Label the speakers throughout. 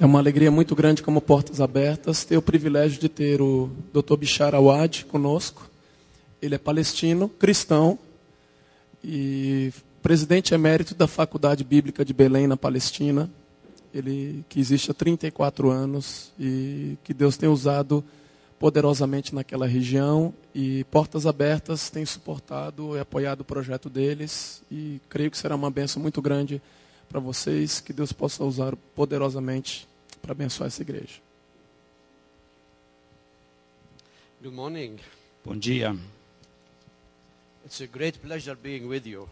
Speaker 1: É uma alegria muito grande, como Portas Abertas, ter o privilégio de ter o Dr. Bishar Awad conosco. Ele é palestino, cristão e presidente emérito da Faculdade Bíblica de Belém, na Palestina. Ele que existe há 34 anos e que Deus tem usado poderosamente naquela região. E Portas Abertas tem suportado e apoiado o projeto deles. E creio que será uma benção muito grande para vocês, que Deus possa usar poderosamente para abençoar essa igreja.
Speaker 2: Good morning.
Speaker 3: Bom dia.
Speaker 2: It's a great pleasure being with you.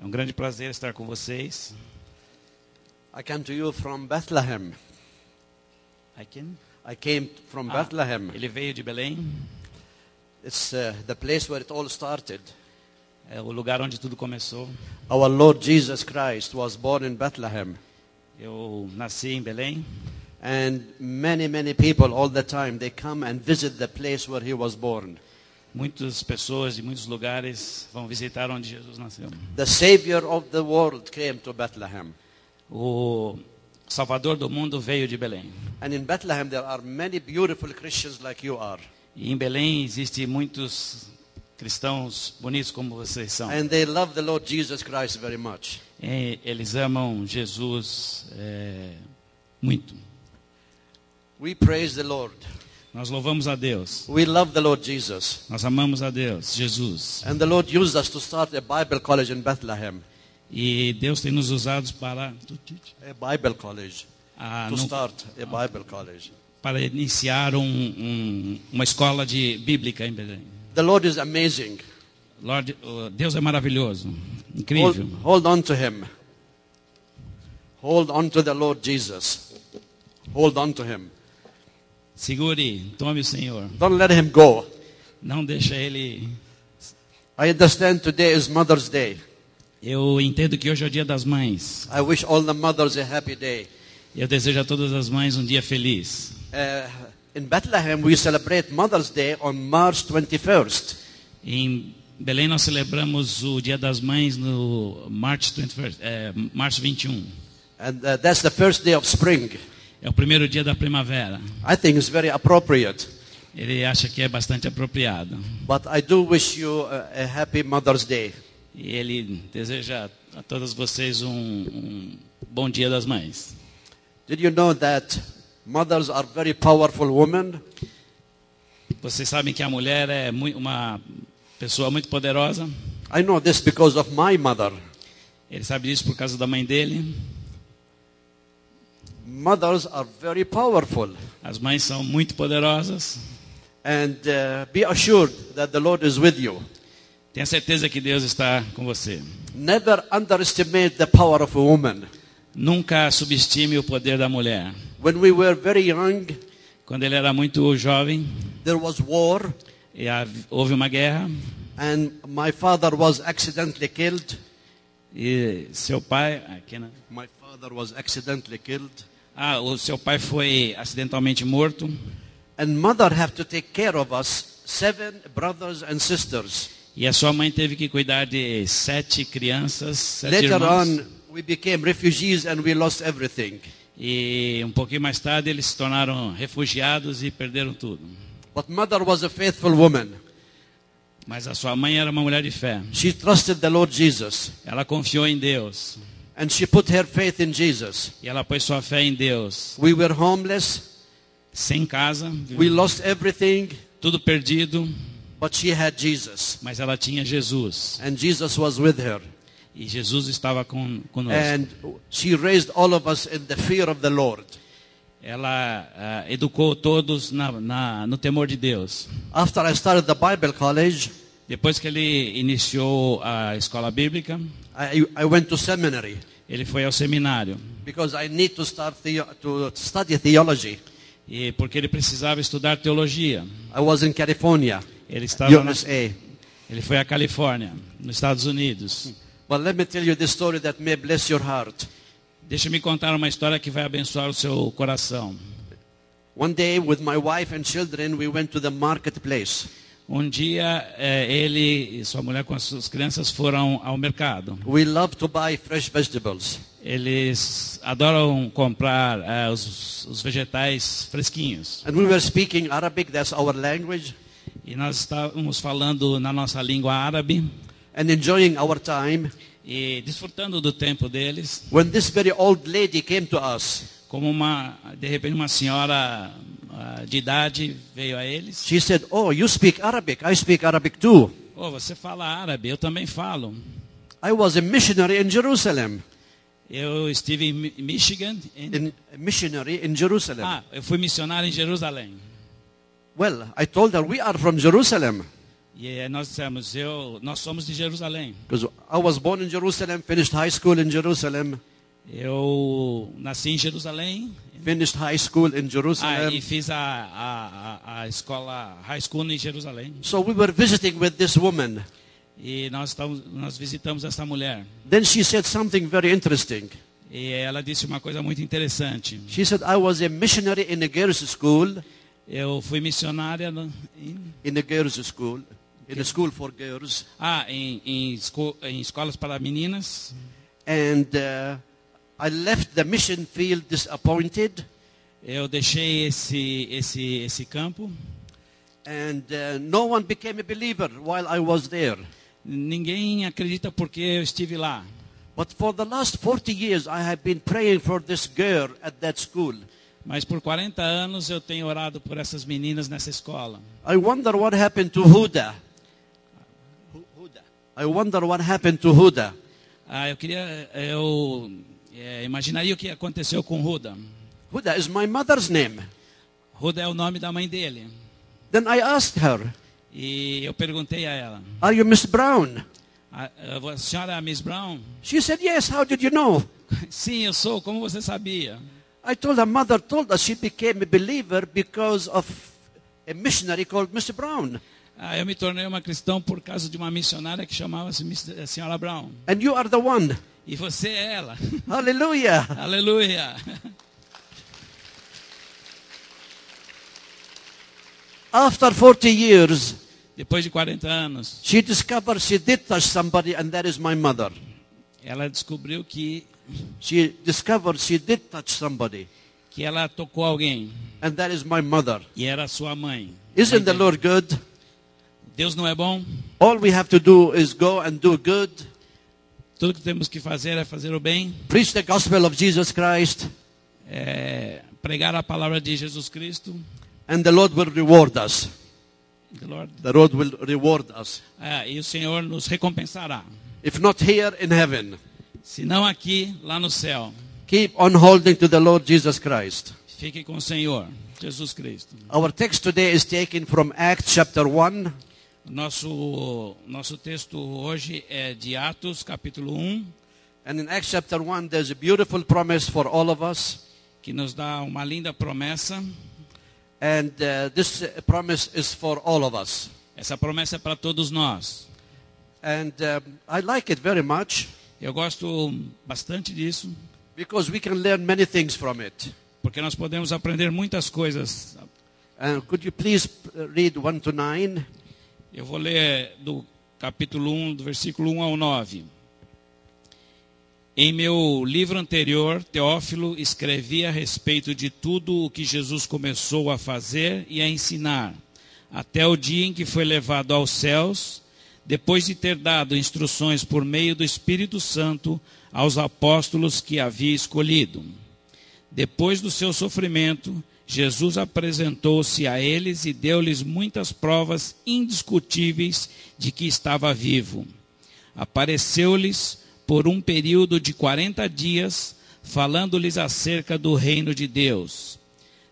Speaker 3: É um grande prazer estar com vocês.
Speaker 2: I came to you from Bethlehem.
Speaker 3: I can-
Speaker 2: I came from
Speaker 3: Ah.
Speaker 2: Bethlehem.
Speaker 3: Ele veio de Belém,
Speaker 2: It's uh, the place where it all started.
Speaker 3: é o lugar onde tudo começou.
Speaker 2: Our Lord Jesus Christ was born in Bethlehem.
Speaker 3: Eu nasci em Belém
Speaker 2: And many, many people all the time, they come and visit the place where he was born.
Speaker 3: Muitas pessoas de muitos lugares vão visitar onde Jesus nasceu.
Speaker 2: The Savior of the world came to Bethlehem.
Speaker 3: O Salvador do mundo veio de Belém.
Speaker 2: And in Bethlehem, there are many beautiful Christians like you are.
Speaker 3: E em Belém existe muitos cristãos bonitos como vocês são.
Speaker 2: And they love the Lord Jesus Christ very much.
Speaker 3: E eles amam Jesus é, muito.
Speaker 2: We praise the Lord.
Speaker 3: Nós louvamos a Deus.
Speaker 2: We love the Lord Jesus.
Speaker 3: Nós amamos a Deus, Jesus.
Speaker 2: And the Lord used us to start a Bible college in Bethlehem.
Speaker 3: E Deus tem nos usado para
Speaker 2: A Bible college.
Speaker 3: Ah,
Speaker 2: to
Speaker 3: não-
Speaker 2: start a Bible college.
Speaker 3: para iniciar um, um- uma escola de bíblica em Belém.
Speaker 2: The Lord is amazing.
Speaker 3: Lorde, oh, Deus é maravilhoso,
Speaker 2: Hold,
Speaker 3: incrível.
Speaker 2: hold on to Him. Hold on to the Lord Jesus. Hold on to Him.
Speaker 3: Segure, tome o Senhor.
Speaker 2: Don't let Him go.
Speaker 3: Não deixa ele.
Speaker 2: I understand today is Mother's Day.
Speaker 3: Eu entendo que hoje é o dia das mães.
Speaker 2: I wish all the mothers a happy day.
Speaker 3: Eu desejo a todas as mães um dia feliz.
Speaker 2: Uh, in Bethlehem, we celebrate Mother's Day on March 21st.
Speaker 3: Em Belém nós celebramos o Dia das Mães no março 21, é, março 21.
Speaker 2: And uh, that's the first day of spring.
Speaker 3: É o primeiro dia da primavera.
Speaker 2: I think it's very appropriate.
Speaker 3: Ele acha que é bastante apropriado.
Speaker 2: But I do wish you a, a happy Mother's Day.
Speaker 3: E ele deseja a todas vocês um, um bom dia das mães.
Speaker 2: Did you know that mothers are very powerful women?
Speaker 3: Vocês sabem que a mulher é mui- uma pessoa muito poderosa.
Speaker 2: I know this because of my mother.
Speaker 3: Ele sabe disso por causa da mãe dele.
Speaker 2: Mothers are very powerful.
Speaker 3: As mães são muito poderosas.
Speaker 2: And uh, be assured that the Lord is with you.
Speaker 3: Tenha certeza que Deus está com você.
Speaker 2: Never underestimate the power of a woman.
Speaker 3: Nunca subestime o poder da mulher.
Speaker 2: When we were very young,
Speaker 3: Quando ele era muito jovem,
Speaker 2: there was war,
Speaker 3: e a- houve uma guerra
Speaker 2: and my father was accidentally killed.
Speaker 3: e seu pai, ah, que não-
Speaker 2: My father was accidentally killed.
Speaker 3: ah, o seu pai foi acidentalmente morto
Speaker 2: And mother have to take care of us, seven brothers and sisters.
Speaker 3: e a sua mãe teve que cuidar de sete crianças, sete
Speaker 2: Later
Speaker 3: irmãos.
Speaker 2: on, we became refugees and we lost everything.
Speaker 3: E um pouquinho mais tarde eles se tornaram refugiados e perderam tudo.
Speaker 2: But mother was a faithful woman.
Speaker 3: Mas a sua mãe era uma mulher de fé.
Speaker 2: She trusted the Lord Jesus
Speaker 3: Ela confiou em Deus
Speaker 2: and she put her faith in Jesus.
Speaker 3: e ela pôs sua fé em Deus.
Speaker 2: We were homeless,
Speaker 3: Sem casa,
Speaker 2: we lost everything,
Speaker 3: tudo perdido,
Speaker 2: but she had Jesus
Speaker 3: mas ela tinha Jesus
Speaker 2: and Jesus was with her.
Speaker 3: e Jesus estava com conosco.
Speaker 2: And she raised all of us in the fear of the Lord.
Speaker 3: Ela ah, educou todos na, na, no temor de Deus.
Speaker 2: After I started the Bible college,
Speaker 3: Depois que ele iniciou a escola bíblica,
Speaker 2: I, I went to seminary
Speaker 3: ele foi ao seminário
Speaker 2: because I need to start the, to study theology.
Speaker 3: e porque ele precisava estudar teologia.
Speaker 2: I was in California,
Speaker 3: Ele estava na,
Speaker 2: USA.
Speaker 3: Ele foi à Califórnia, nos Estados Unidos.
Speaker 2: But let me tell you this story that may bless your heart.
Speaker 3: Deixa-me contar uma história que vai abençoar o seu coração.
Speaker 2: One day, with my wife and children, we went to the marketplace.
Speaker 3: Um dia, eh, ele e sua mulher com as suas crianças foram ao mercado.
Speaker 2: We love to buy fresh vegetables.
Speaker 3: Eles adoram comprar eh, os, os vegetais fresquinhos.
Speaker 2: And we were speaking Arabic, that's our language,
Speaker 3: E nós estávamos falando na nossa língua árabe
Speaker 2: and enjoying our time.
Speaker 3: e desfrutando do tempo deles,
Speaker 2: When this very old lady came to us,
Speaker 3: como uma, de repente uma senhora ah, de idade veio a eles.
Speaker 2: she said, Oh, you speak Arabic. I speak Arabic too.
Speaker 3: Oh, você fala árabe, eu também falo.
Speaker 2: I was a missionary in Jerusalem.
Speaker 3: Eu estive em Mi- Michigan. em-
Speaker 2: In, a missionary in Jerusalem.
Speaker 3: Ah, eu fui missionário em Jerusalém.
Speaker 2: Well, I told her, We are from Jerusalem.
Speaker 3: E eh, nós dissemos, eu, nós somos de Jerusalém.
Speaker 2: Because I was born in Jerusalem, finished high school in Jerusalem,
Speaker 3: Eu nasci em Jerusalém.
Speaker 2: finished high school in
Speaker 3: Ah,
Speaker 2: Jerusalem.
Speaker 3: e fiz a, a, a, a escola high school em Jerusalém.
Speaker 2: So we were visiting with this woman.
Speaker 3: E nós, estamos, nós visitamos essa mulher.
Speaker 2: Then she said something very interesting.
Speaker 3: E ela disse uma coisa muito interessante.
Speaker 2: She said, I was a missionary in a girls' school,
Speaker 3: Eu fui missionária no- em,
Speaker 2: in a girls' school, in a school for girls,
Speaker 3: ah, em, em, esco- em escolas para meninas.
Speaker 2: and uh, I left the mission field disappointed,
Speaker 3: Eu deixei esse, esse, esse campo.
Speaker 2: and uh, no one became a believer while I was there.
Speaker 3: Ninguém acredita porque eu estive lá.
Speaker 2: But for the last 40 years, I have been praying for this girl at that school.
Speaker 3: Mas por 40 anos eu tenho orado por essas meninas nessa escola.
Speaker 2: I wonder what happened to Huda. Hu- Huda. I wonder what happened to Huda.
Speaker 3: Ah, eu queria, eu é, imaginaria o que aconteceu com Ruda.
Speaker 2: Huda is my mother's name.
Speaker 3: Ruda é o nome da mãe dele.
Speaker 2: Then I asked her,
Speaker 3: E eu perguntei a ela,
Speaker 2: Are you Miss Brown?
Speaker 3: a, a senhora é a Miss Brown?
Speaker 2: She said, Yes, how did you know?
Speaker 3: Sim, eu sou, como você sabia?
Speaker 2: I told her mother told us she became a believer because of a missionary called Mr. Brown.
Speaker 3: Ah, eu me tornei uma cristã por causa de uma missionária que chamava-se Miss- eh, Senhora Brown.
Speaker 2: And you are the one.
Speaker 3: E você é ela.
Speaker 2: Hallelujah.
Speaker 3: Aleluia.
Speaker 2: After 40 years,
Speaker 3: Depois de 40 anos,
Speaker 2: she discovered she did touch somebody, and that is my mother.
Speaker 3: ela descobriu que,
Speaker 2: She discovered she did touch somebody,
Speaker 3: que ela tocou alguém.
Speaker 2: and that is my mother.
Speaker 3: E era sua mãe.
Speaker 2: Isn't the Lord good?
Speaker 3: Deus não é bom?
Speaker 2: All we have to do is go and do good,
Speaker 3: Tudo que temos que fazer é fazer o bem,
Speaker 2: preach the gospel of Jesus Christ,
Speaker 3: é pregar a palavra de Jesus Cristo.
Speaker 2: and the Lord will reward us.
Speaker 3: The Lord.
Speaker 2: The Lord will reward us.
Speaker 3: É, e o Senhor nos recompensará.
Speaker 2: If not here, in heaven.
Speaker 3: Se não aqui, lá no céu.
Speaker 2: Keep on holding to the Lord Jesus Christ.
Speaker 3: Fique com o Senhor, Jesus Cristo.
Speaker 2: Our text today is taken from Acts chapter 1,
Speaker 3: Nosso, nosso texto hoje é de Atos, capítulo 1,
Speaker 2: and in Acts chapter 1 there's a beautiful promise for all of us,
Speaker 3: que nos dá uma linda promessa.
Speaker 2: and uh, this uh, promise is for all of us.
Speaker 3: Essa promessa é para todos nós.
Speaker 2: And um, I like it very much
Speaker 3: Eu gosto bastante disso,
Speaker 2: because we can learn many things from it.
Speaker 3: porque nós podemos aprender muitas coisas.
Speaker 2: And could you please uh, read 1 to 9?
Speaker 3: Eu vou ler do capítulo 1, do versículo 1 ao 9. Em meu livro anterior, Teófilo escrevia a respeito de tudo o que Jesus começou a fazer e a ensinar, até o dia em que foi levado aos céus, depois de ter dado instruções por meio do Espírito Santo aos apóstolos que havia escolhido. Depois do seu sofrimento, Jesus apresentou-se a eles e deu-lhes muitas provas indiscutíveis de que estava vivo. Apareceu-lhes por um período de quarenta dias, falando-lhes acerca do reino de Deus.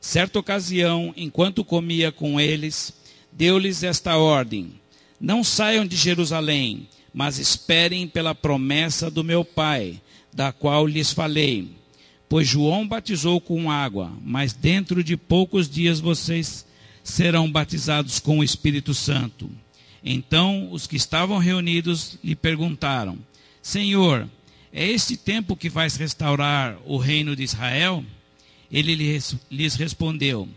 Speaker 3: Certa ocasião, enquanto comia com eles, deu-lhes esta ordem: Não saiam de Jerusalém, mas esperem pela promessa do meu Pai, da qual lhes falei. Pois João batizou com água, mas dentro de poucos dias vocês serão batizados com o Espírito Santo. Então os que estavam reunidos lhe perguntaram: Senhor, é este tempo que vais restaurar o reino de Israel? Ele lhes- lhes respondeu: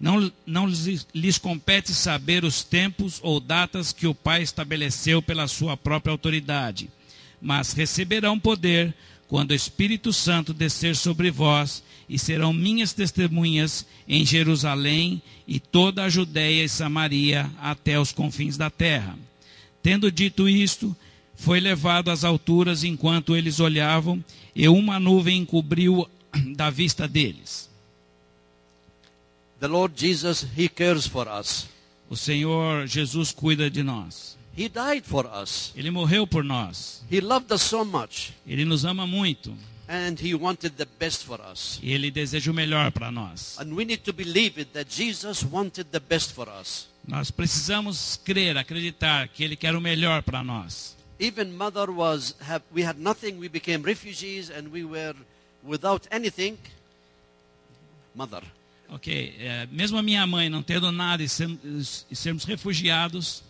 Speaker 3: Não, não lhes- lhes compete saber os tempos ou datas que o Pai estabeleceu pela sua própria autoridade, mas receberão poder quando o Espírito Santo descer sobre vós, e serão minhas testemunhas em Jerusalém e toda a Judéia e Samaria até os confins da terra. Tendo dito isto, foi levado às alturas enquanto eles olhavam, e uma nuvem encobriu da vista deles.
Speaker 2: The Lord Jesus, He cares for us.
Speaker 3: O Senhor Jesus cuida de nós.
Speaker 2: He died for us.
Speaker 3: Ele morreu por nós.
Speaker 2: He loved us so much.
Speaker 3: Ele nos ama muito.
Speaker 2: And He wanted the best for us.
Speaker 3: E Ele deseja o melhor para nós.
Speaker 2: And we need to believe it that Jesus wanted the best for us.
Speaker 3: Nós precisamos crer, acreditar que Ele quer o melhor para nós.
Speaker 2: Even mother was, have, we had nothing, we became refugees and we were without anything. Mother.
Speaker 3: Ok, eh, mesmo a minha mãe não tendo nada e, sem- e sermos refugiados,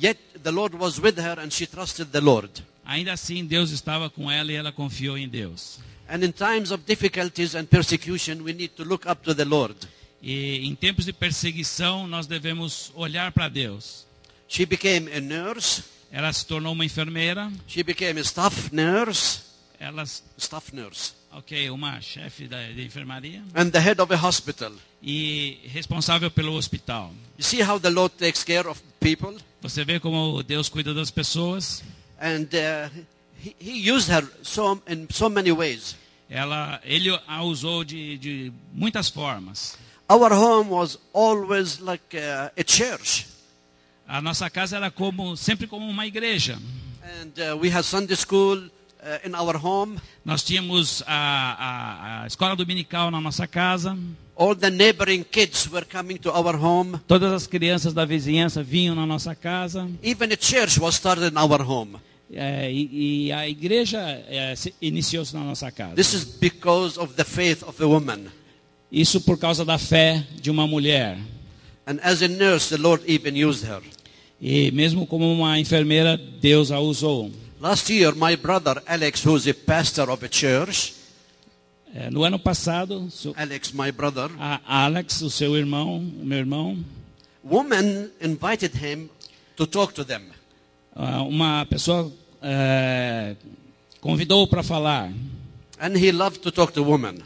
Speaker 2: Yet the Lord was with her and she trusted the Lord.
Speaker 3: ainda assim Deus estava com ela e ela confiou em Deus.
Speaker 2: And in times of difficulties and persecution, we need to look up to the Lord.
Speaker 3: E em tempos de perseguição, nós devemos olhar para Deus.
Speaker 2: She became a nurse.
Speaker 3: Ela se tornou uma enfermeira,
Speaker 2: She became a staff nurse.
Speaker 3: ela, s-
Speaker 2: Staff nurse.
Speaker 3: ok, uma chefe da, de enfermaria
Speaker 2: And the head of a hospital.
Speaker 3: e responsável pelo hospital.
Speaker 2: You see how the Lord takes care of people?
Speaker 3: Você vê como Deus cuida das pessoas.
Speaker 2: And uh, he, he used her so, in so many ways.
Speaker 3: Ela, ele a usou de, de muitas formas.
Speaker 2: Our home was always like uh, a church.
Speaker 3: A nossa casa era como sempre como uma igreja.
Speaker 2: And uh, we had Sunday school uh, in our home.
Speaker 3: Nós tínhamos a, a, a escola dominical na nossa casa.
Speaker 2: All the neighboring kids were coming to our home.
Speaker 3: Todas as crianças da vizinhança vinham na nossa casa.
Speaker 2: Even a church was started in our home.
Speaker 3: É, e, e a igreja é, se- iniciou-se na nossa casa.
Speaker 2: This is because of the faith of a woman.
Speaker 3: Isso por causa da fé de uma mulher.
Speaker 2: And as a nurse, the Lord even used her.
Speaker 3: E mesmo como uma enfermeira, Deus a usou.
Speaker 2: Last year, my brother Alex, who is a pastor of a church,
Speaker 3: É, no ano passado, so-
Speaker 2: Alex, my brother,
Speaker 3: a Alex, o seu irmão, o meu irmão,
Speaker 2: woman invited him to talk to them.
Speaker 3: ah, uma pessoa é, convidou para falar.
Speaker 2: And he loved to talk to women.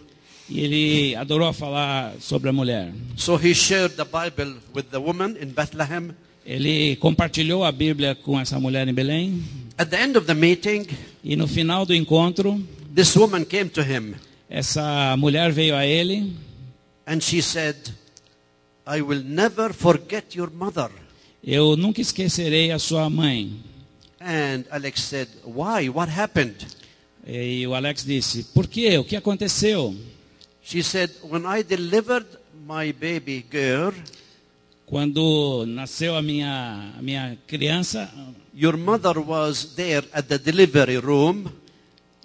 Speaker 3: E ele adorou falar sobre a mulher.
Speaker 2: So he shared the Bible with the woman in Bethlehem.
Speaker 3: Ele compartilhou a Bíblia com essa mulher em Belém.
Speaker 2: At the end of the meeting,
Speaker 3: E no final do encontro,
Speaker 2: this woman came to him
Speaker 3: essa mulher veio a ele
Speaker 2: and she said, I will never forget your mother.
Speaker 3: Eu nunca esquecerei a sua mãe.
Speaker 2: And Alex said, Why? What happened?
Speaker 3: E o Alex disse: Por quê? O que aconteceu?
Speaker 2: She said, When I delivered my baby girl,
Speaker 3: Quando nasceu a minha, a minha criança,
Speaker 2: your mother was there at the delivery room.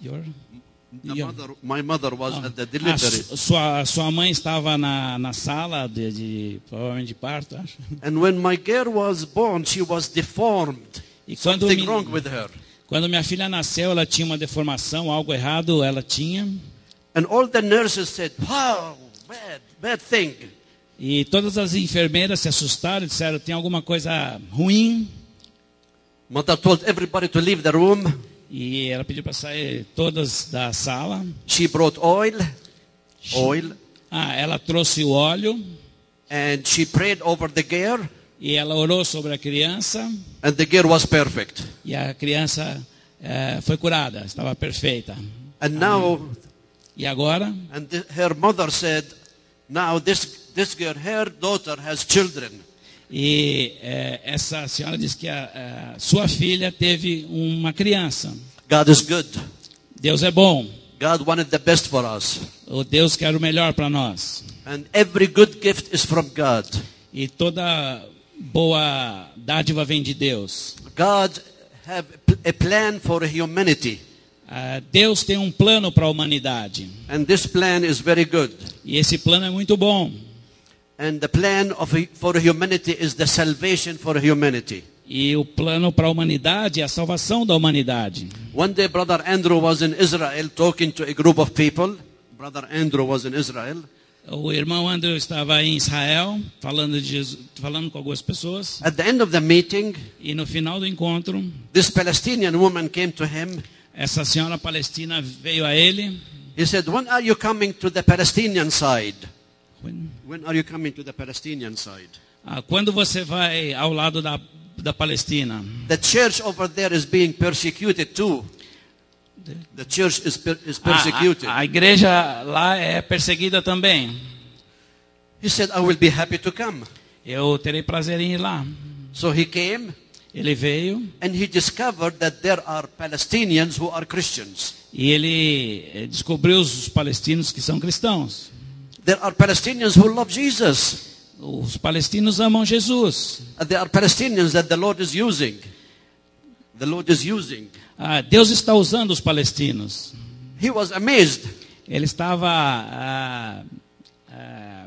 Speaker 3: Your-
Speaker 2: The
Speaker 3: Yeah.
Speaker 2: mother, my mother was at the
Speaker 3: Ah,
Speaker 2: delivery.
Speaker 3: su- sua, sua mãe estava na, na sala, de, de, provavelmente de parto, acho.
Speaker 2: And when my girl was born, she was deformed.
Speaker 3: E quando,
Speaker 2: Something
Speaker 3: mi-
Speaker 2: wrong with her.
Speaker 3: quando minha filha nasceu, ela tinha uma deformação, algo errado ela tinha.
Speaker 2: And all the nurses said, Wow, bad, bad thing.
Speaker 3: E todas as enfermeiras se assustaram e disseram: Tem alguma coisa ruim.
Speaker 2: Mother told everybody to leave the room.
Speaker 3: E ela pediu para sair todas da sala.
Speaker 2: She brought oil, oil,
Speaker 3: Ah, ela trouxe o óleo
Speaker 2: and she prayed over the girl,
Speaker 3: e ela orou sobre a criança
Speaker 2: and the girl was perfect.
Speaker 3: e a criança eh, foi curada, estava perfeita. Ah.
Speaker 2: And now,
Speaker 3: E agora,
Speaker 2: and the, her mother said, now this, this girl, her daughter has children.
Speaker 3: e eh, essa senhora disse que a, a sua filha teve uma criança.
Speaker 2: God is good.
Speaker 3: Deus é bom.
Speaker 2: God wanted the best for us.
Speaker 3: O Deus quer o melhor para nós.
Speaker 2: And every good gift is from God.
Speaker 3: E toda boa dádiva vem de Deus.
Speaker 2: God have a pl- a plan for humanity.
Speaker 3: Ah, Deus tem um plano para a humanidade.
Speaker 2: And this plan is very good.
Speaker 3: E esse plano é muito bom.
Speaker 2: And the plan of, for humanity is the salvation for humanity.
Speaker 3: E o plano para a humanidade é a salvação da humanidade.
Speaker 2: One day, Brother Andrew was in Israel talking to a group of people. Brother Andrew was in Israel.
Speaker 3: O irmão Andrew estava em Israel falando, de Jesus, falando com algumas pessoas
Speaker 2: At the end of the meeting,
Speaker 3: e no final do encontro
Speaker 2: this Palestinian woman came to him
Speaker 3: Essa senhora palestina veio a ele.
Speaker 2: He said, When are you coming to the Palestinian side? When are you coming to the Palestinian side?
Speaker 3: Ah, Quando você vai ao lado da, da Palestina,
Speaker 2: The church over there is being persecuted too. The church is, per- is
Speaker 3: Ah,
Speaker 2: persecuted.
Speaker 3: a, a igreja lá é perseguida também.
Speaker 2: He said, I will be happy to come.
Speaker 3: Eu terei prazer em ir lá.
Speaker 2: So he came
Speaker 3: Ele veio
Speaker 2: and he discovered that there are Palestinians who are Christians.
Speaker 3: e ele eh, descobriu os palestinos que são cristãos.
Speaker 2: There are Palestinians who love Jesus.
Speaker 3: Os palestinos amam Jesus.
Speaker 2: And There are Palestinians that the Lord is using. The Lord is using.
Speaker 3: Ah, Deus está usando os palestinos.
Speaker 2: He was amazed.
Speaker 3: Ele estava ah, ah,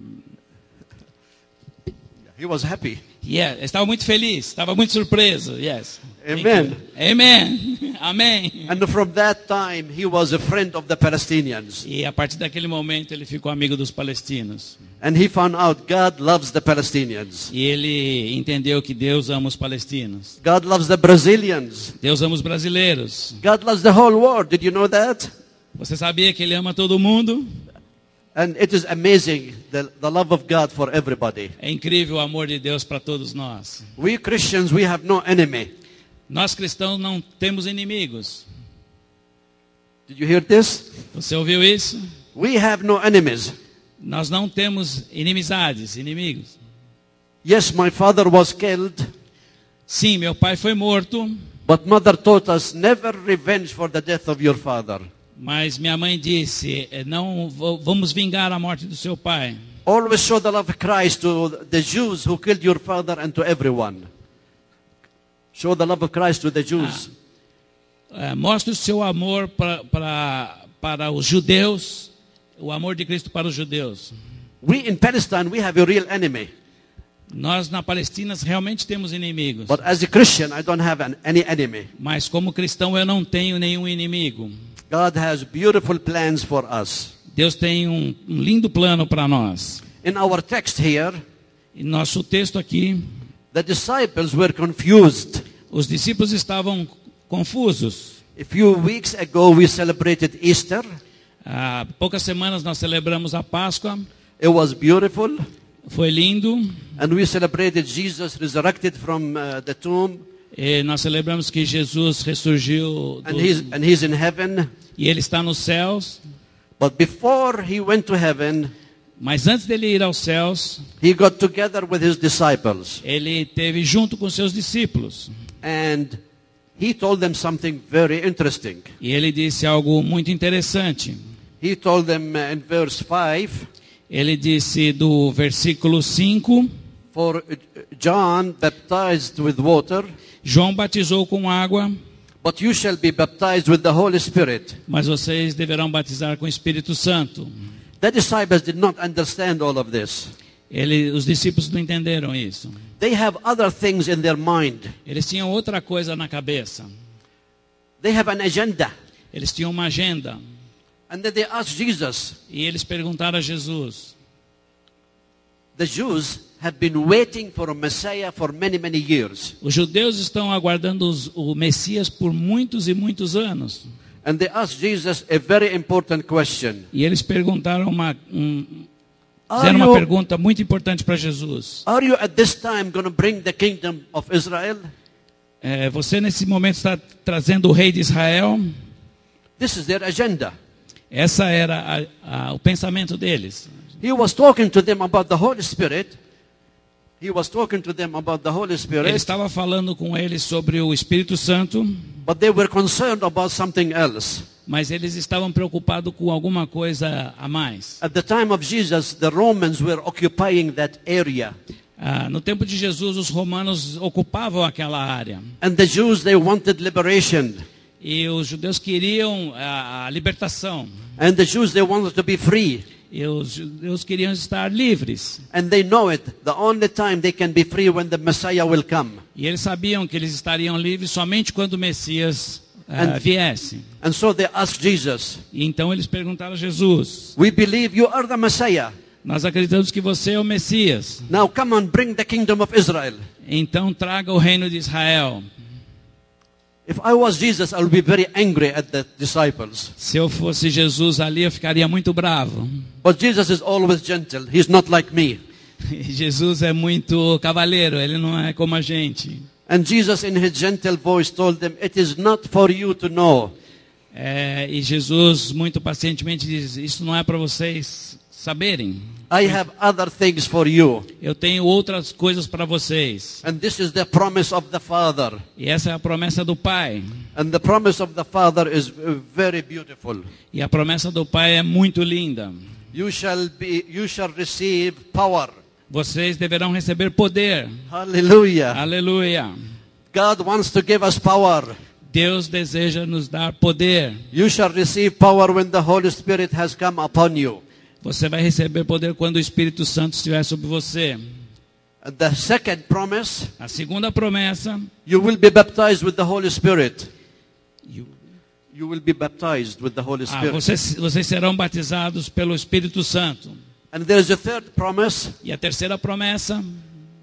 Speaker 2: He was happy.
Speaker 3: yeah, ele estava muito feliz, estava muito surpreso. Yes. Thank
Speaker 2: Amen.
Speaker 3: you. Amen. Amém.
Speaker 2: And from that time, he was a friend of the Palestinians.
Speaker 3: E a partir daquele momento ele ficou amigo dos palestinos.
Speaker 2: And he found out God loves the Palestinians.
Speaker 3: E ele entendeu que Deus ama os palestinos.
Speaker 2: God loves the Brazilians.
Speaker 3: Deus ama os brasileiros.
Speaker 2: God loves the whole world. Did you know that?
Speaker 3: Você sabia que ele ama todo mundo?
Speaker 2: And it is amazing the, the love of God for everybody.
Speaker 3: É incrível o amor de Deus para todos nós.
Speaker 2: We Christians, we have no enemy.
Speaker 3: Nós cristãos não temos inimigos.
Speaker 2: Did you hear this?
Speaker 3: Você ouviu isso?
Speaker 2: We have no enemies.
Speaker 3: Nós não temos inimizades, inimigos.
Speaker 2: Yes, my father was killed,
Speaker 3: Sim, meu pai foi morto,
Speaker 2: but mother taught us never revenge for the death of your father.
Speaker 3: mas minha mãe disse: eh, "Não vo- vamos vingar a morte do seu pai.
Speaker 2: Always show the love of Christ to the Jews who killed your father and to everyone. Show the love of Christ to the Jews.
Speaker 3: Eh, Mostre o seu amor pra, pra, para os judeus, o amor de Cristo para os judeus."
Speaker 2: We in Palestine, we have a real enemy.
Speaker 3: Nós na Palestina realmente temos inimigos,
Speaker 2: But as a Christian, I don't have an, any enemy.
Speaker 3: mas como cristão eu não tenho nenhum inimigo.
Speaker 2: God has beautiful plans for us.
Speaker 3: Deus tem um, um lindo plano para nós.
Speaker 2: In our text here,
Speaker 3: Em nosso texto aqui,
Speaker 2: the disciples were confused.
Speaker 3: os discípulos estavam confusos.
Speaker 2: A few weeks ago, we celebrated Easter.
Speaker 3: Há poucas semanas nós celebramos a Páscoa,
Speaker 2: It was beautiful.
Speaker 3: foi lindo.
Speaker 2: And we celebrated Jesus resurrected from uh, the tomb,
Speaker 3: E nós celebramos que Jesus ressurgiu do-
Speaker 2: and he's, and he's in heaven.
Speaker 3: e ele está nos céus.
Speaker 2: But before he went to heaven,
Speaker 3: Mas antes dele ir aos céus,
Speaker 2: he got together with his disciples
Speaker 3: ele teve junto com seus discípulos
Speaker 2: and he told them something very interesting.
Speaker 3: e ele disse algo muito interessante.
Speaker 2: He told them uh, in verse 5
Speaker 3: Ele disse do versículo 5,
Speaker 2: For uh, John baptized with water,
Speaker 3: João batizou com água,
Speaker 2: but you shall be baptized with the Holy Spirit.
Speaker 3: mas vocês deverão batizar com o Espírito Santo.
Speaker 2: The disciples did not understand all of this.
Speaker 3: Ele, os discípulos não entenderam isso.
Speaker 2: They have other things in their mind.
Speaker 3: Eles tinham outra coisa na cabeça.
Speaker 2: They have an agenda.
Speaker 3: Eles tinham uma agenda.
Speaker 2: And then they ask Jesus.
Speaker 3: E eles perguntaram a Jesus.
Speaker 2: The Jews have been waiting for a Messiah for many, many years.
Speaker 3: Os judeus estão aguardando os- o Messias por muitos e muitos anos.
Speaker 2: And they ask Jesus a very important question.
Speaker 3: E eles perguntaram uma, um,
Speaker 2: Are
Speaker 3: fizeram uma
Speaker 2: you,
Speaker 3: pergunta muito importante para Jesus.
Speaker 2: are you at this time going to bring the kingdom of Israel?
Speaker 3: É, você nesse momento está trazendo o rei de Israel?
Speaker 2: This is their agenda.
Speaker 3: Essa era a- a- o pensamento deles.
Speaker 2: He was talking to them about the Holy Spirit. He was talking to them about the Holy
Speaker 3: Ele
Speaker 2: Spirit,
Speaker 3: estava falando com eles sobre o Espírito Santo,
Speaker 2: but they were concerned about something else.
Speaker 3: mas eles estavam preocupados com alguma coisa a mais.
Speaker 2: At the time of Jesus, the Romans were occupying that area.
Speaker 3: Ah, no tempo de Jesus, os romanos ocupavam aquela área.
Speaker 2: And the Jews, they wanted liberation.
Speaker 3: E os judeus queriam a, a libertação.
Speaker 2: And the Jews, they wanted to be free.
Speaker 3: E os judeus queriam estar livres.
Speaker 2: And they know it. The only time they can be free when the Messiah will come.
Speaker 3: E eles sabiam que eles estariam livres somente quando o Messias ah,
Speaker 2: And-
Speaker 3: viesse.
Speaker 2: And so they asked Jesus,
Speaker 3: E então eles perguntaram a Jesus:
Speaker 2: We believe you are the Messiah.
Speaker 3: Nós acreditamos que você é o Messias.
Speaker 2: Now come and bring the kingdom of Israel.
Speaker 3: Então traga o reino de Israel.
Speaker 2: If I was Jesus, I would be very angry at the disciples.
Speaker 3: Se eu fosse Jesus ali, eu ficaria muito bravo.
Speaker 2: But Jesus is always gentle. He's not like me.
Speaker 3: Jesus é muito cavaleiro, ele não é como a gente.
Speaker 2: And Jesus, in his gentle voice, told them, It is not for you to know.
Speaker 3: É, e Jesus muito pacientemente diz: Isso não é para vocês saberem.
Speaker 2: I have other things for you.
Speaker 3: Eu tenho outras coisas para vocês.
Speaker 2: And this is the promise of the Father.
Speaker 3: E essa é a promessa do Pai.
Speaker 2: And the promise of the Father is uh, very beautiful.
Speaker 3: E a promessa do Pai é muito linda.
Speaker 2: You shall be you shall receive power.
Speaker 3: Vocês deverão receber poder.
Speaker 2: Hallelujah.
Speaker 3: Aleluia.
Speaker 2: God wants to give us power.
Speaker 3: Deus deseja nos dar poder.
Speaker 2: You shall receive power when the Holy Spirit has come upon you.
Speaker 3: Você vai receber poder quando o Espírito Santo estiver sobre você.
Speaker 2: And the second promise,
Speaker 3: A segunda promessa.
Speaker 2: you will be baptized with the Holy Spirit. You will be baptized with the Holy
Speaker 3: Ah,
Speaker 2: Spirit.
Speaker 3: vocês, vocês serão batizados pelo Espírito Santo.
Speaker 2: And there is a third promise,
Speaker 3: E a terceira promessa.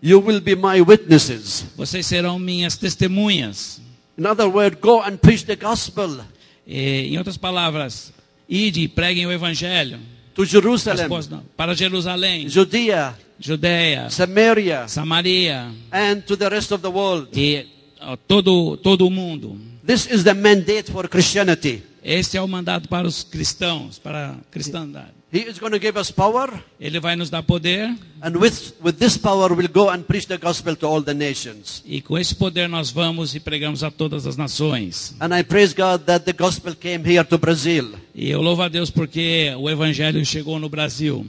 Speaker 2: you will be my witnesses.
Speaker 3: Vocês serão minhas testemunhas.
Speaker 2: In other words, go and preach the gospel
Speaker 3: E, em outras palavras, ide e preguem o Evangelho
Speaker 2: to
Speaker 3: As
Speaker 2: Jerusalem,
Speaker 3: boas no- para Jerusalém,
Speaker 2: Judea,
Speaker 3: Judeia,
Speaker 2: Samaria,
Speaker 3: Samaria
Speaker 2: and to the rest of the world.
Speaker 3: e ó, todo, todo o mundo.
Speaker 2: This is the mandate for Christianity.
Speaker 3: Este é o mandato para os cristãos, para a cristandade.
Speaker 2: He is going to give us power,
Speaker 3: Ele vai nos dar poder
Speaker 2: and with, with this power, we'll go and preach the gospel to all the nations.
Speaker 3: e com esse poder nós vamos e pregamos a todas as nações.
Speaker 2: And I praise God that the gospel came here to Brazil.
Speaker 3: E eu louvo a Deus porque o evangelho chegou no Brasil.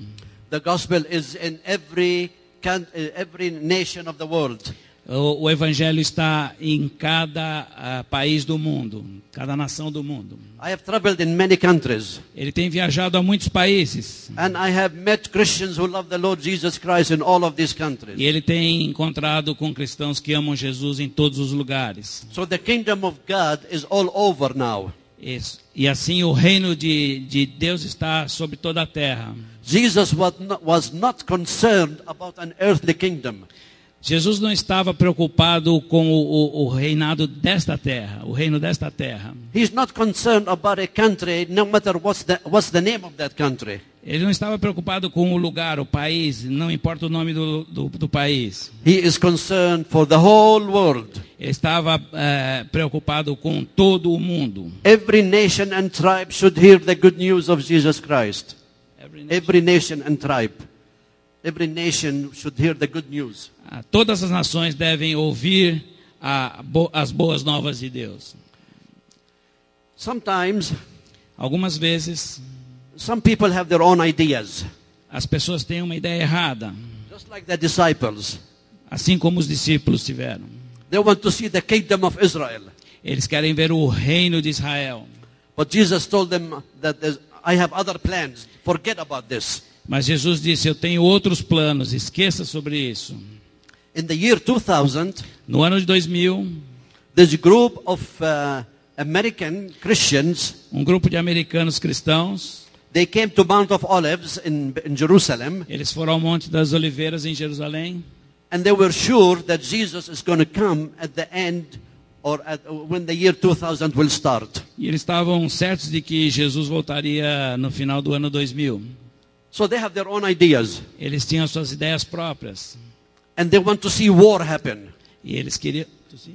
Speaker 2: The gospel is in every, can, uh, every nation of the world.
Speaker 3: O, o evangelho está em cada ah, país do mundo, cada nação do mundo.
Speaker 2: I have traveled in many countries,
Speaker 3: Ele tem viajado a muitos países
Speaker 2: and I have met Christians who love the Lord Jesus Christ in all of these
Speaker 3: e
Speaker 2: countries.
Speaker 3: ele tem encontrado com cristãos que amam Jesus em todos os lugares.
Speaker 2: So the kingdom of God is all over now.
Speaker 3: E, e assim o reino de, de Deus está sobre toda a terra.
Speaker 2: Jesus was not, was not concerned about an earthly kingdom.
Speaker 3: Jesus não estava preocupado com o, o- o reinado desta terra, o reino desta terra.
Speaker 2: He's not concerned about a country, no matter what's the, what's the name of that country.
Speaker 3: Ele não estava preocupado com o lugar, o país, não importa o nome do, do, do país.
Speaker 2: He is concerned for the whole world.
Speaker 3: Ele estava eh, preocupado com todo o mundo.
Speaker 2: Every nation and tribe should hear the good news of Jesus Christ. Every nation and tribe. Every nation should hear the good news.
Speaker 3: Ah, Todas as nações devem ouvir a bo- as boas novas de Deus.
Speaker 2: Sometimes
Speaker 3: Algumas vezes
Speaker 2: some people have their own ideas,
Speaker 3: as pessoas têm uma ideia errada,
Speaker 2: just like the disciples.
Speaker 3: assim como os discípulos tiveram.
Speaker 2: They want to see the kingdom of Israel.
Speaker 3: Eles querem ver o reino de Israel.
Speaker 2: But Jesus told them that there's- I have other plans. Forget about this.
Speaker 3: Mas Jesus disse: Eu tenho outros planos, esqueça sobre isso.
Speaker 2: In the year 2000,
Speaker 3: No ano de 2000,
Speaker 2: this group of uh, American Christians,
Speaker 3: um grupo de americanos cristãos,
Speaker 2: they came to Mount of Olives in, in Jerusalem,
Speaker 3: eles foram ao Monte das Oliveiras em Jerusalém
Speaker 2: and they were sure that Jesus is going to come at the end or at, when the year 2000 will start.
Speaker 3: e eles estavam certos de que Jesus voltaria no final do ano 2000.
Speaker 2: So they have their own ideas,
Speaker 3: Eles tinham suas ideias próprias
Speaker 2: and they want to see war happen.
Speaker 3: e eles queriam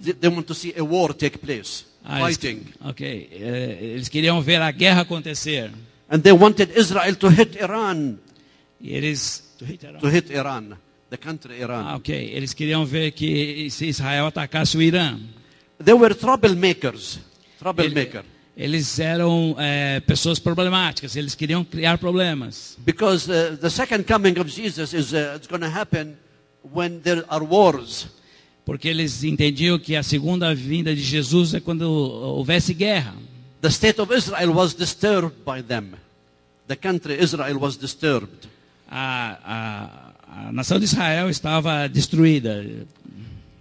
Speaker 2: They, they want to see a war take place,
Speaker 3: Ah, eles-
Speaker 2: fighting.
Speaker 3: ok, eh, eles queriam ver a guerra acontecer.
Speaker 2: And they wanted Israel to hit Iran,
Speaker 3: E eles
Speaker 2: to hit Iran, the country Iran.
Speaker 3: ah, ok, eles queriam ver que se Israel atacasse o Irã.
Speaker 2: They were troublemakers. Troublemaker.
Speaker 3: Eles eram eh, pessoas problemáticas, eles queriam criar problemas.
Speaker 2: Because uh, the second coming of Jesus is uh, it's going to happen when there are wars.
Speaker 3: Porque eles entendiam que a segunda vinda de Jesus é quando houvesse guerra.
Speaker 2: The state of Israel was disturbed by them. The country Israel was disturbed.
Speaker 3: A, a, a nação de Israel estava destruída,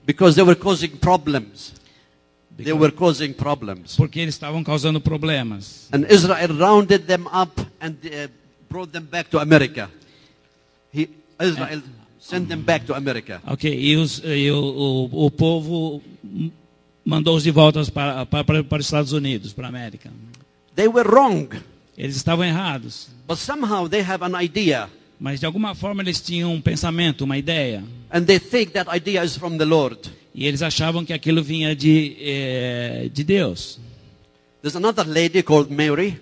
Speaker 2: Because they were causing problems. They were causing problems.
Speaker 3: porque eles estavam causando problemas.
Speaker 2: And Israel rounded them up and uh, brought them back to America. He, Israel sent them back to America.
Speaker 3: Ok, e, os, e o, o, o povo mandou-os de volta para, para, para os Estados Unidos, para a América.
Speaker 2: They were wrong,
Speaker 3: Eles estavam errados,
Speaker 2: but somehow they have an idea,
Speaker 3: mas de alguma forma eles tinham um pensamento, uma ideia,
Speaker 2: and they think that idea is from the Lord.
Speaker 3: e eles achavam que aquilo vinha de, eh, de Deus.
Speaker 2: There's another lady called Mary.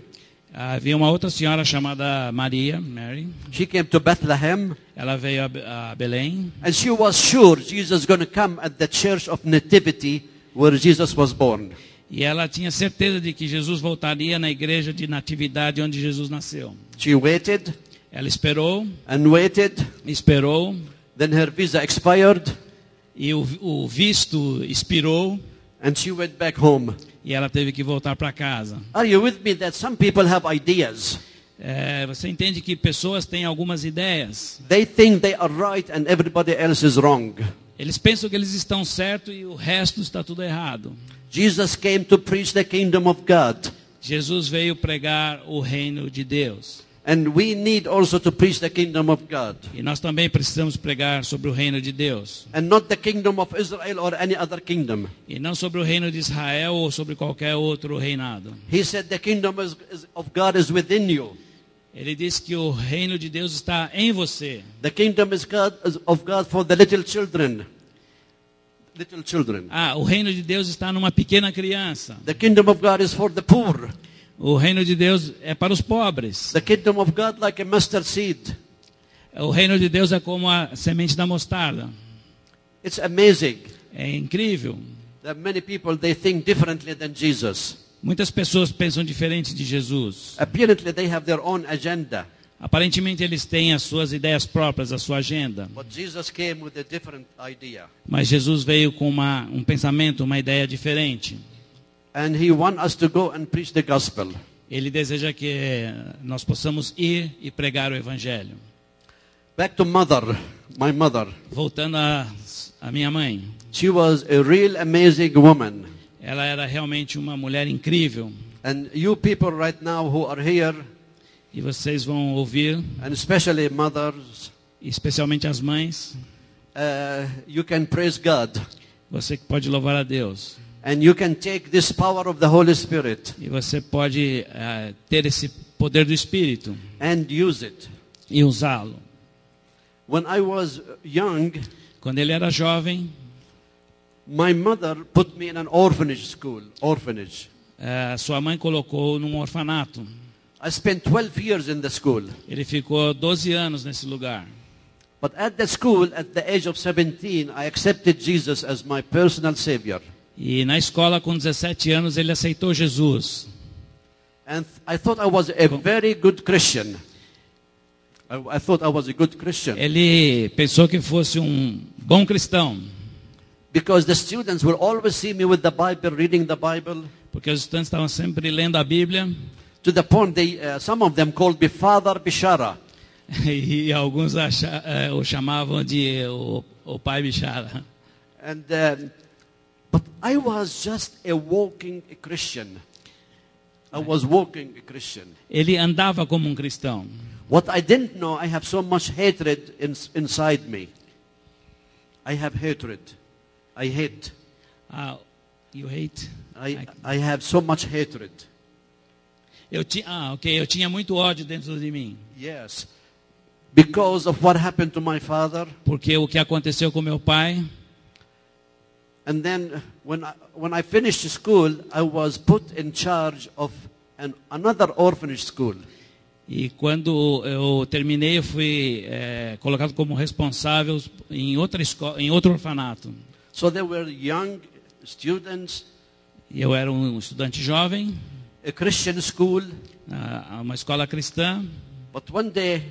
Speaker 3: Havia uma outra senhora chamada Maria, Mary.
Speaker 2: She came to Bethlehem,
Speaker 3: Ela veio a Be- a Belém
Speaker 2: and she was sure Jesus is going to come at the church of Nativity where Jesus was born.
Speaker 3: e ela tinha certeza de que Jesus voltaria na igreja de natividade onde Jesus nasceu.
Speaker 2: She waited
Speaker 3: Ela esperou,
Speaker 2: and waited.
Speaker 3: esperou,
Speaker 2: Then her visa expired,
Speaker 3: e o, o visto expirou,
Speaker 2: and she went back home.
Speaker 3: e ela teve que voltar para casa.
Speaker 2: Are you with me that some people have ideas?
Speaker 3: É, você entende que pessoas têm algumas ideias.
Speaker 2: They think they are right and everybody else is wrong.
Speaker 3: Eles pensam que eles estão certos e o resto está tudo errado.
Speaker 2: Jesus came to preach the kingdom of God.
Speaker 3: Jesus veio pregar o reino de Deus.
Speaker 2: And we need also to preach the kingdom of God.
Speaker 3: E nós também precisamos pregar sobre o reino de Deus.
Speaker 2: And not the kingdom of Israel or any other kingdom.
Speaker 3: E não sobre o reino de Israel ou sobre qualquer outro reinado.
Speaker 2: He said the kingdom is, is, of God is within you.
Speaker 3: Ele diz que o reino de Deus está em você.
Speaker 2: The kingdom is God, is of God for the little children. Little children.
Speaker 3: Ah, o reino de Deus está numa pequena criança.
Speaker 2: The kingdom of God is for the poor.
Speaker 3: O reino de Deus é para os pobres.
Speaker 2: The kingdom of God like a mustard seed.
Speaker 3: O reino de Deus é como a semente da mostarda.
Speaker 2: It's amazing
Speaker 3: É incrível.
Speaker 2: that many people they think differently than Jesus.
Speaker 3: Muitas pessoas pensam diferente de Jesus.
Speaker 2: Apparently they have their own agenda.
Speaker 3: Aparentemente eles têm as suas ideias próprias, a sua agenda.
Speaker 2: But Jesus came with a different idea.
Speaker 3: Mas Jesus veio com uma, um pensamento, uma ideia diferente.
Speaker 2: And he wants us to go and preach the gospel.
Speaker 3: Ele deseja que eh, nós possamos ir e pregar o Evangelho.
Speaker 2: Back to mother, my mother.
Speaker 3: Voltando à à minha mãe,
Speaker 2: She was a real amazing woman.
Speaker 3: ela era realmente uma mulher incrível.
Speaker 2: And you people right now who are here,
Speaker 3: E vocês vão ouvir,
Speaker 2: and especially mothers,
Speaker 3: especialmente as mães,
Speaker 2: uh, you can praise God.
Speaker 3: você que pode louvar a Deus.
Speaker 2: And you can take this power of the Holy Spirit
Speaker 3: E você pode eh, ter esse poder do Espírito
Speaker 2: and use it.
Speaker 3: e usá-lo.
Speaker 2: When I was young,
Speaker 3: Quando ele era jovem,
Speaker 2: my mother put me in an orphanage school, orphanage.
Speaker 3: eh, sua mãe colocou num orfanato.
Speaker 2: I spent 12 years in the school.
Speaker 3: Ele ficou 12 anos nesse lugar.
Speaker 2: But at the school, at the age of 17, I accepted Jesus as my personal savior.
Speaker 3: E na escola, com 17 anos, ele aceitou Jesus.
Speaker 2: And I thought I was a very good Christian. I, I thought I was a good Christian
Speaker 3: Ele pensou que fosse um bom cristão,
Speaker 2: because the students will always see me with the Bible, reading the Bible,
Speaker 3: porque os estudantes estavam sempre lendo a Bíblia
Speaker 2: to the point they, uh, some of them called me Father Bishara.
Speaker 3: e alguns acha- eh, o chamavam de o, o pai Bichara.
Speaker 2: And, um, but I was just a walking Christian. I was walking a Christian.
Speaker 3: Ele andava como um cristão.
Speaker 2: What I didn't know, I have so much hatred in, inside me. I have hatred. I hate.
Speaker 3: Ah, you hate?
Speaker 2: I, I have so much hatred.
Speaker 3: Eu ti, ah, ok. Eu tinha muito ódio dentro de mim,
Speaker 2: Yes. Because of what happened to my father.
Speaker 3: porque o que aconteceu com meu pai.
Speaker 2: And then when I, when I finished school, I was put in charge of an, another orphanage school.
Speaker 3: E quando eu terminei, eu fui eh, colocado como responsável em outra escola, em outro orfanato.
Speaker 2: So there were young students,
Speaker 3: E Eu era um estudante jovem,
Speaker 2: a Christian school.
Speaker 3: ah, uma escola cristã,
Speaker 2: But one day,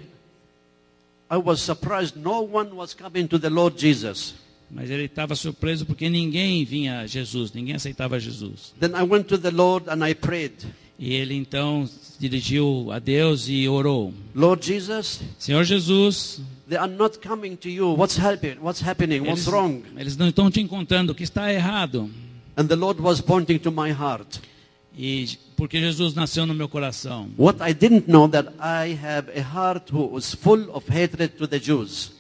Speaker 2: I was surprised no one was coming to the Lord Jesus.
Speaker 3: mas ele estava surpreso porque ninguém vinha a Jesus, ninguém aceitava Jesus.
Speaker 2: Then I went to the Lord and I prayed,
Speaker 3: E ele então se dirigiu a Deus e orou:
Speaker 2: Lord Jesus,
Speaker 3: Senhor Jesus,
Speaker 2: they are not coming to you. What's happening? What's happening? What's
Speaker 3: eles,
Speaker 2: wrong?
Speaker 3: eles não estão te encontrando, o que está errado?
Speaker 2: And the Lord was pointing to my heart.
Speaker 3: E porque Jesus nasceu no meu coração.
Speaker 2: What I didn't know that I have a heart who was full of hatred to the Jews.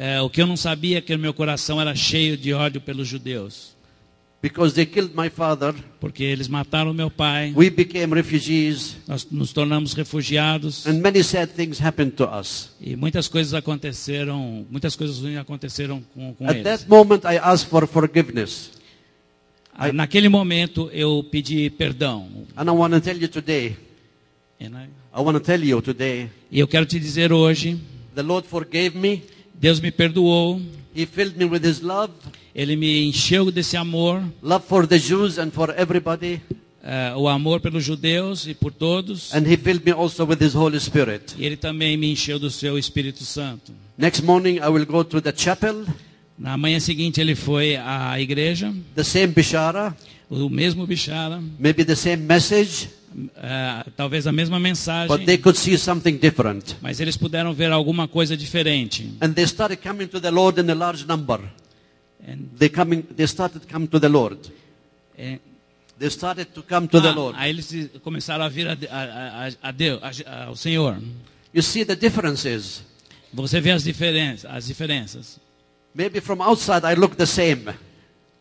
Speaker 3: É, o que eu não sabia é que o meu coração era cheio de ódio pelos judeus.
Speaker 2: because they killed my father.
Speaker 3: porque eles mataram meu pai,
Speaker 2: We became refugees,
Speaker 3: nós nos tornamos refugiados
Speaker 2: and many sad things happened to us.
Speaker 3: e muitas coisas aconteceram, muitas coisas ruins aconteceram com, com
Speaker 2: At
Speaker 3: eles.
Speaker 2: that moment, I asked for forgiveness. I-
Speaker 3: Ah, Naquele momento eu pedi perdão.
Speaker 2: And I want to tell you today,
Speaker 3: E na-
Speaker 2: I want to tell you today,
Speaker 3: E eu quero te dizer hoje,
Speaker 2: the Lord forgave me.
Speaker 3: Deus me perdoou,
Speaker 2: He filled me with His love,
Speaker 3: Ele me encheu desse amor,
Speaker 2: love for the Jews and for everybody.
Speaker 3: eh, o amor pelos judeus e por todos.
Speaker 2: And He filled me also with His Holy Spirit.
Speaker 3: E Ele também me encheu do seu Espírito Santo.
Speaker 2: Next morning, I will go to the chapel,
Speaker 3: Na manhã seguinte ele foi à igreja,
Speaker 2: the same Bishara,
Speaker 3: o mesmo Bishara,
Speaker 2: maybe the same message,
Speaker 3: eh, talvez a mesma
Speaker 2: but they
Speaker 3: mensagem,
Speaker 2: could see something different.
Speaker 3: mas eles puderam ver alguma coisa diferente.
Speaker 2: And they started coming to the Lord in a large number.
Speaker 3: And-
Speaker 2: They, coming, they started to come to the Lord.
Speaker 3: eh,
Speaker 2: They started to come to the
Speaker 3: ah,
Speaker 2: Lord.
Speaker 3: Aí eles começaram a vir a, a, a- a Deus, a- ao Senhor.
Speaker 2: You see the differences.
Speaker 3: Você vê as diferenças, as diferenças.
Speaker 2: Maybe from outside I look the same,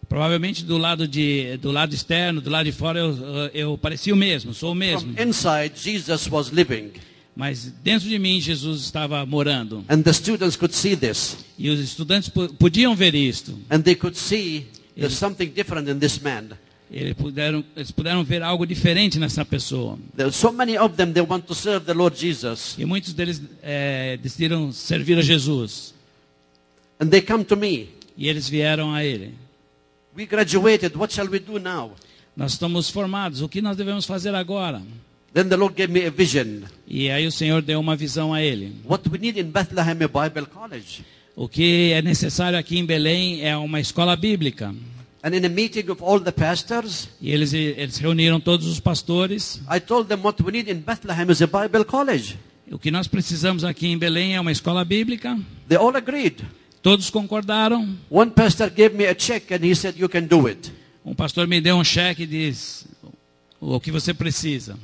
Speaker 3: Provavelmente do lado de, do lado externo, do lado de fora eu, eu parecia o mesmo, sou o mesmo.
Speaker 2: From inside, Jesus was living.
Speaker 3: Mas dentro de mim Jesus estava morando.
Speaker 2: And the students could see this.
Speaker 3: E os estudantes po- podiam ver isto.
Speaker 2: And they could see there's something different in this man.
Speaker 3: Eles puderam, eles puderam ver algo diferente nessa pessoa.
Speaker 2: There are so many of them, they want to serve the Lord Jesus.
Speaker 3: E muitos deles eh, decidiram servir a Jesus.
Speaker 2: And they come to me.
Speaker 3: E eles vieram a Ele.
Speaker 2: We graduated. What shall we do now?
Speaker 3: Nós estamos formados, o que nós devemos fazer agora?
Speaker 2: Then the Lord gave me a vision.
Speaker 3: E aí o Senhor deu uma visão a ele.
Speaker 2: What we need in Bethlehem, a Bible college.
Speaker 3: O que é necessário aqui em Belém é uma escola bíblica.
Speaker 2: And in a meeting of all the pastors,
Speaker 3: E eles, eles reuniram todos os pastores.
Speaker 2: I told them what we need in Bethlehem is a Bible college.
Speaker 3: O que nós precisamos aqui em Belém é uma escola bíblica.
Speaker 2: They all agreed.
Speaker 3: Todos concordaram.
Speaker 2: One pastor gave me a check and he said, You can do it.
Speaker 3: Um pastor me deu um cheque e diz o que você precisa.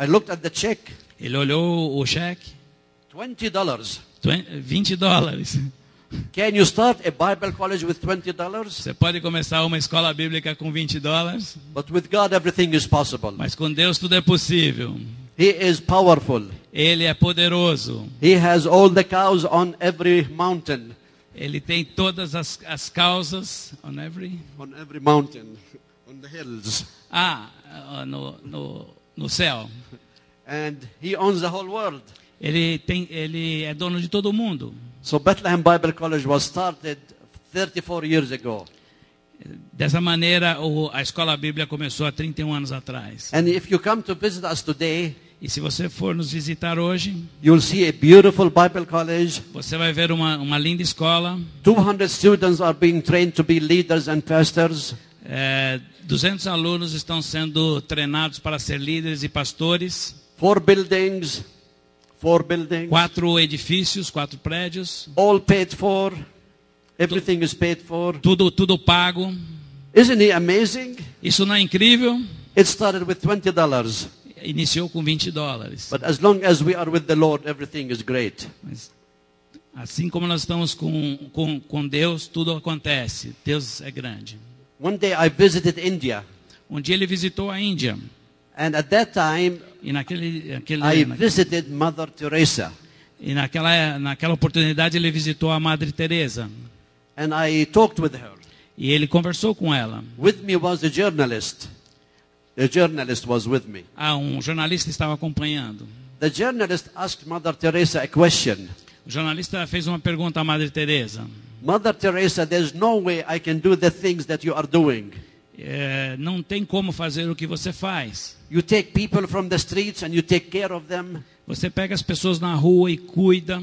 Speaker 2: I looked at the check
Speaker 3: Ele olhou o cheque,
Speaker 2: $20.
Speaker 3: twen- 20 dólares.
Speaker 2: Can you start a Bible college with $20?
Speaker 3: Você pode começar uma escola bíblica com 20 dólares,
Speaker 2: But with God, everything is possible.
Speaker 3: mas com Deus tudo é possível.
Speaker 2: He is powerful.
Speaker 3: Ele é poderoso.
Speaker 2: He has all the cows on every mountain.
Speaker 3: Ele tem todas as, as causas. On every...
Speaker 2: On every mountain, on the hills.
Speaker 3: Ah, ah, no, no, no céu.
Speaker 2: And He owns the whole world.
Speaker 3: Ele, tem, ele é dono de todo mundo.
Speaker 2: So Bethlehem Bible College was started 34 years ago.
Speaker 3: Dessa maneira, o, a escola bíblica começou há 31 anos atrás.
Speaker 2: And if you come to visit us today,
Speaker 3: E se você for nos visitar hoje,
Speaker 2: you'll see a beautiful Bible college.
Speaker 3: você vai ver uma, uma linda escola.
Speaker 2: 200 students are being trained to be leaders and pastors.
Speaker 3: É, 200 alunos estão sendo treinados para ser líderes e pastores.
Speaker 2: Four buildings, four buildings,
Speaker 3: Quatro edifícios, quatro prédios.
Speaker 2: all paid for. Everything is paid for.
Speaker 3: Tudo, tudo pago.
Speaker 2: Isn't he amazing?
Speaker 3: Isso não é incrível?
Speaker 2: It started with $20,
Speaker 3: Iniciou com 20 dólares.
Speaker 2: but as long as we are with the Lord, everything is great.
Speaker 3: Mas, assim como nós estamos com, com, com Deus, tudo acontece. Deus é grande.
Speaker 2: One day I visited India,
Speaker 3: Um dia ele visitou a Índia.
Speaker 2: and at that time
Speaker 3: E, naquele, aquele,
Speaker 2: I visited Mother Teresa,
Speaker 3: e naquela, naquela oportunidade ele visitou a Madre Teresa.
Speaker 2: and I talked with her.
Speaker 3: E ele conversou com ela.
Speaker 2: With me was a journalist. The journalist was with me.
Speaker 3: Ah, um jornalista estava acompanhando.
Speaker 2: The journalist asked Mother Teresa a question.
Speaker 3: O jornalista fez uma pergunta à Madre Teresa.
Speaker 2: Mother Teresa, there's no way I can do the things that you are doing.
Speaker 3: É, não tem como fazer o que você faz.
Speaker 2: You take people from the streets and you take care of them.
Speaker 3: Você pega as pessoas na rua e cuida.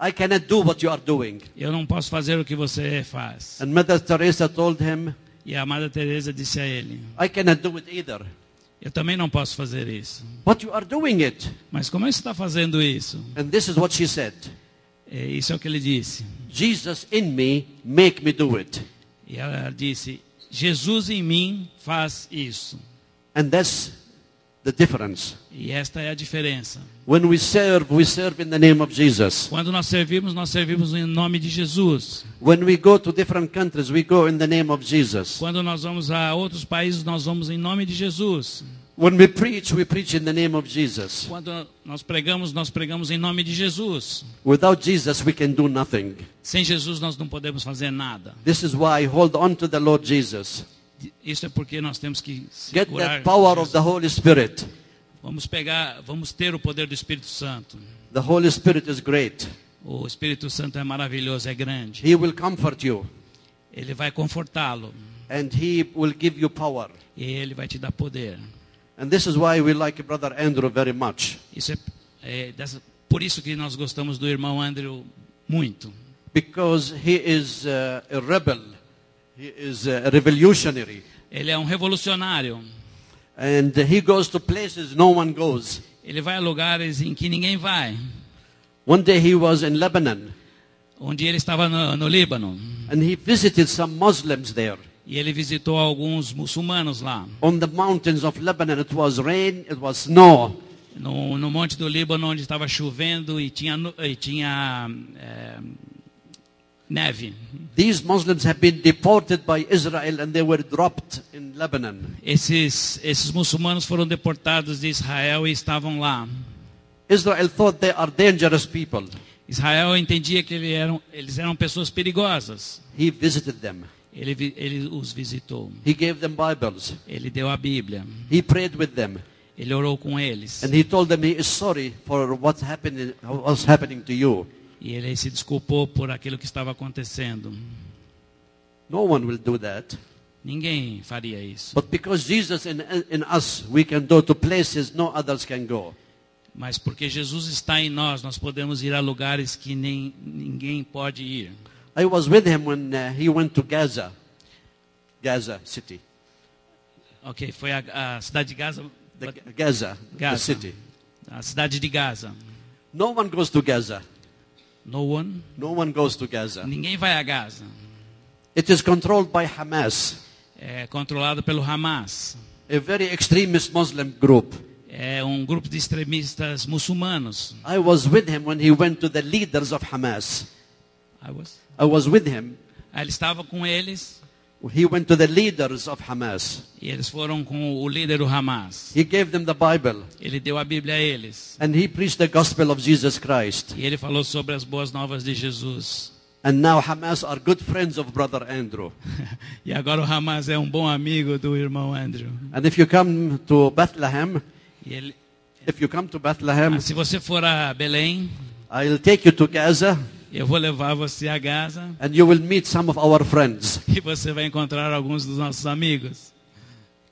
Speaker 2: I cannot do what you are doing.
Speaker 3: Eu não posso fazer o que você faz.
Speaker 2: And Mother Teresa told him,
Speaker 3: E a Madre Teresa disse a ele:
Speaker 2: I cannot do it either.
Speaker 3: Eu também não posso fazer isso.
Speaker 2: But you are doing it.
Speaker 3: Mas como é que você está fazendo isso?
Speaker 2: And this is what she said
Speaker 3: É, isso é o que ele disse.
Speaker 2: Jesus in me, make me do it.
Speaker 3: E ela disse: Jesus em mim faz isso.
Speaker 2: And that's the difference.
Speaker 3: E esta é a diferença.
Speaker 2: When we serve, we serve in the name of Jesus.
Speaker 3: Quando nós servimos, nós servimos em nome de Jesus.
Speaker 2: When we go to different countries, we go in the name of Jesus.
Speaker 3: Quando nós vamos a outros países, nós vamos em nome de Jesus.
Speaker 2: When we preach, we preach in the name of Jesus.
Speaker 3: Quando nós pregamos, nós pregamos em nome de Jesus.
Speaker 2: Without Jesus, we can do nothing.
Speaker 3: Sem Jesus, nós não podemos fazer nada.
Speaker 2: This is why hold on to the Lord Jesus.
Speaker 3: Isso é porque nós temos que
Speaker 2: Get
Speaker 3: segurar.
Speaker 2: that power of
Speaker 3: Jesus.
Speaker 2: the Holy Spirit.
Speaker 3: Vamos pegar, vamos ter o poder do Espírito Santo.
Speaker 2: The Holy Spirit is great.
Speaker 3: O Espírito Santo é maravilhoso, é grande.
Speaker 2: He will comfort you
Speaker 3: Ele vai confortá-lo
Speaker 2: and He will give you power.
Speaker 3: e ele vai te dar poder.
Speaker 2: And this is why we like Brother Andrew very much
Speaker 3: Isso é, é dessa- por isso que nós gostamos do irmão Andrew muito,
Speaker 2: because he is uh, a rebel, he is uh, a revolutionary,
Speaker 3: Ele é um revolucionário.
Speaker 2: and he goes to places no one goes.
Speaker 3: Ele vai a lugares em que ninguém vai.
Speaker 2: One day he was in Lebanon
Speaker 3: Onde ele estava no, no Líbano.
Speaker 2: and he visited some Muslims there.
Speaker 3: E ele visitou alguns muçulmanos lá.
Speaker 2: On the mountains of Lebanon, it was rain, it was snow,
Speaker 3: No, no monte do Líbano, onde estava chovendo e tinha, nu- e tinha é, neve.
Speaker 2: These Muslims have been deported by Israel and they were dropped in Lebanon.
Speaker 3: Esses, esses muçulmanos foram deportados de Israel e estavam lá.
Speaker 2: Israel thought they are dangerous people.
Speaker 3: Israel entendia que ele eram, eles eram pessoas perigosas.
Speaker 2: He visited them.
Speaker 3: Ele, vi- ele os visitou.
Speaker 2: He gave them Bibles.
Speaker 3: Ele deu a Bíblia.
Speaker 2: He prayed with them.
Speaker 3: Ele orou com eles.
Speaker 2: And he told them he is sorry for what happened, what's happening to you.
Speaker 3: E ele se desculpou por aquilo que estava acontecendo.
Speaker 2: No one will do that.
Speaker 3: Ninguém faria isso.
Speaker 2: But because Jesus in, in us, we can go to places no others can go.
Speaker 3: Mas porque Jesus está em nós, nós podemos ir a lugares que nem, ninguém pode ir.
Speaker 2: I was with him when uh, he went to Gaza, Gaza city.
Speaker 3: Ok, foi a, a cidade de Gaza.
Speaker 2: The, Gaza, the
Speaker 3: Gaza.
Speaker 2: city.
Speaker 3: A cidade de Gaza.
Speaker 2: No one goes to Gaza.
Speaker 3: No one.
Speaker 2: No one goes to Gaza.
Speaker 3: Ninguém vai a Gaza.
Speaker 2: It is controlled by Hamas,
Speaker 3: É controlado pelo Hamas.
Speaker 2: a very extremist Muslim group.
Speaker 3: É um grupo de extremistas muçulmanos.
Speaker 2: I was with him when he went to the leaders of Hamas.
Speaker 3: I was-
Speaker 2: I was with him.
Speaker 3: Aí Ele estava com eles
Speaker 2: He went to the leaders of Hamas.
Speaker 3: e eles foram com o líder do Hamas.
Speaker 2: He gave them the Bible
Speaker 3: Ele deu a Bíblia a eles.
Speaker 2: and he preached the gospel of Jesus Christ.
Speaker 3: E ele falou sobre as boas novas de Jesus.
Speaker 2: And now Hamas are good friends of Brother Andrew.
Speaker 3: E agora o Hamas é um bom amigo do irmão Andrew.
Speaker 2: And if you come to Bethlehem,
Speaker 3: E ele,
Speaker 2: if you come to
Speaker 3: Ah,
Speaker 2: Bethlehem,
Speaker 3: se você for a Belém,
Speaker 2: I'll take you to Gaza
Speaker 3: eu vou levar você a Gaza
Speaker 2: and you will meet some of our friends.
Speaker 3: e você vai encontrar alguns dos nossos amigos.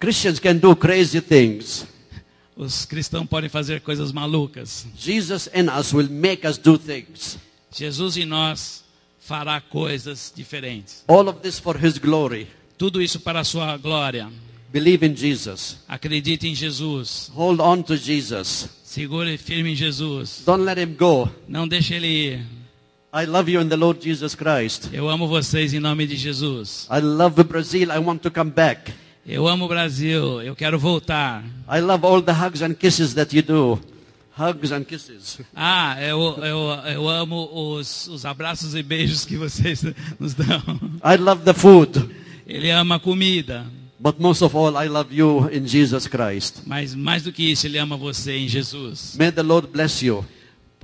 Speaker 2: Christians can do crazy things.
Speaker 3: Os cristãos podem fazer coisas malucas.
Speaker 2: Jesus in us will make us do things.
Speaker 3: Jesus em nós fará coisas diferentes.
Speaker 2: All of this for His glory.
Speaker 3: Tudo isso para a sua glória.
Speaker 2: Believe in Jesus.
Speaker 3: Acredite em Jesus.
Speaker 2: Hold on to Jesus.
Speaker 3: Segure firme em Jesus.
Speaker 2: Don't let Him go.
Speaker 3: Não deixe ele ir.
Speaker 2: I love you in the Lord Jesus Christ.
Speaker 3: Eu amo vocês em nome de Jesus.
Speaker 2: I love Brazil. I want to come back.
Speaker 3: Eu amo o Brasil. Eu quero voltar.
Speaker 2: I love all the hugs and kisses that you do. Hugs and kisses.
Speaker 3: Ah, eu, eu, eu amo os, os abraços e beijos que vocês nos dão.
Speaker 2: I love the food.
Speaker 3: Ele ama a comida,
Speaker 2: But most of all, I love you in Jesus Christ.
Speaker 3: mas mais do que isso, ele ama você em Jesus.
Speaker 2: May the Lord bless you.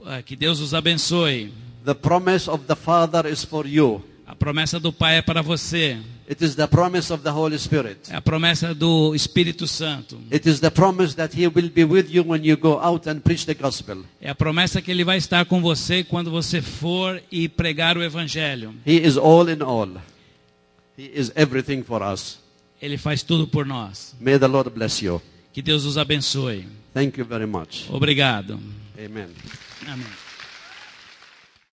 Speaker 3: Ah, Que Deus os abençoe.
Speaker 2: The promise of the Father is for you.
Speaker 3: A promessa do Pai é para você.
Speaker 2: It is the promise of the Holy Spirit.
Speaker 3: É a promessa do Espírito Santo.
Speaker 2: It is the promise that He will be with you when you go out and preach the gospel.
Speaker 3: É a promessa que ele vai estar com você quando você for e pregar o Evangelho.
Speaker 2: He is all in all. He is everything for us.
Speaker 3: Ele faz tudo por nós.
Speaker 2: May the Lord bless you.
Speaker 3: Que Deus os abençoe.
Speaker 2: Thank you very much.
Speaker 3: Obrigado.
Speaker 2: Amen.
Speaker 3: Amém.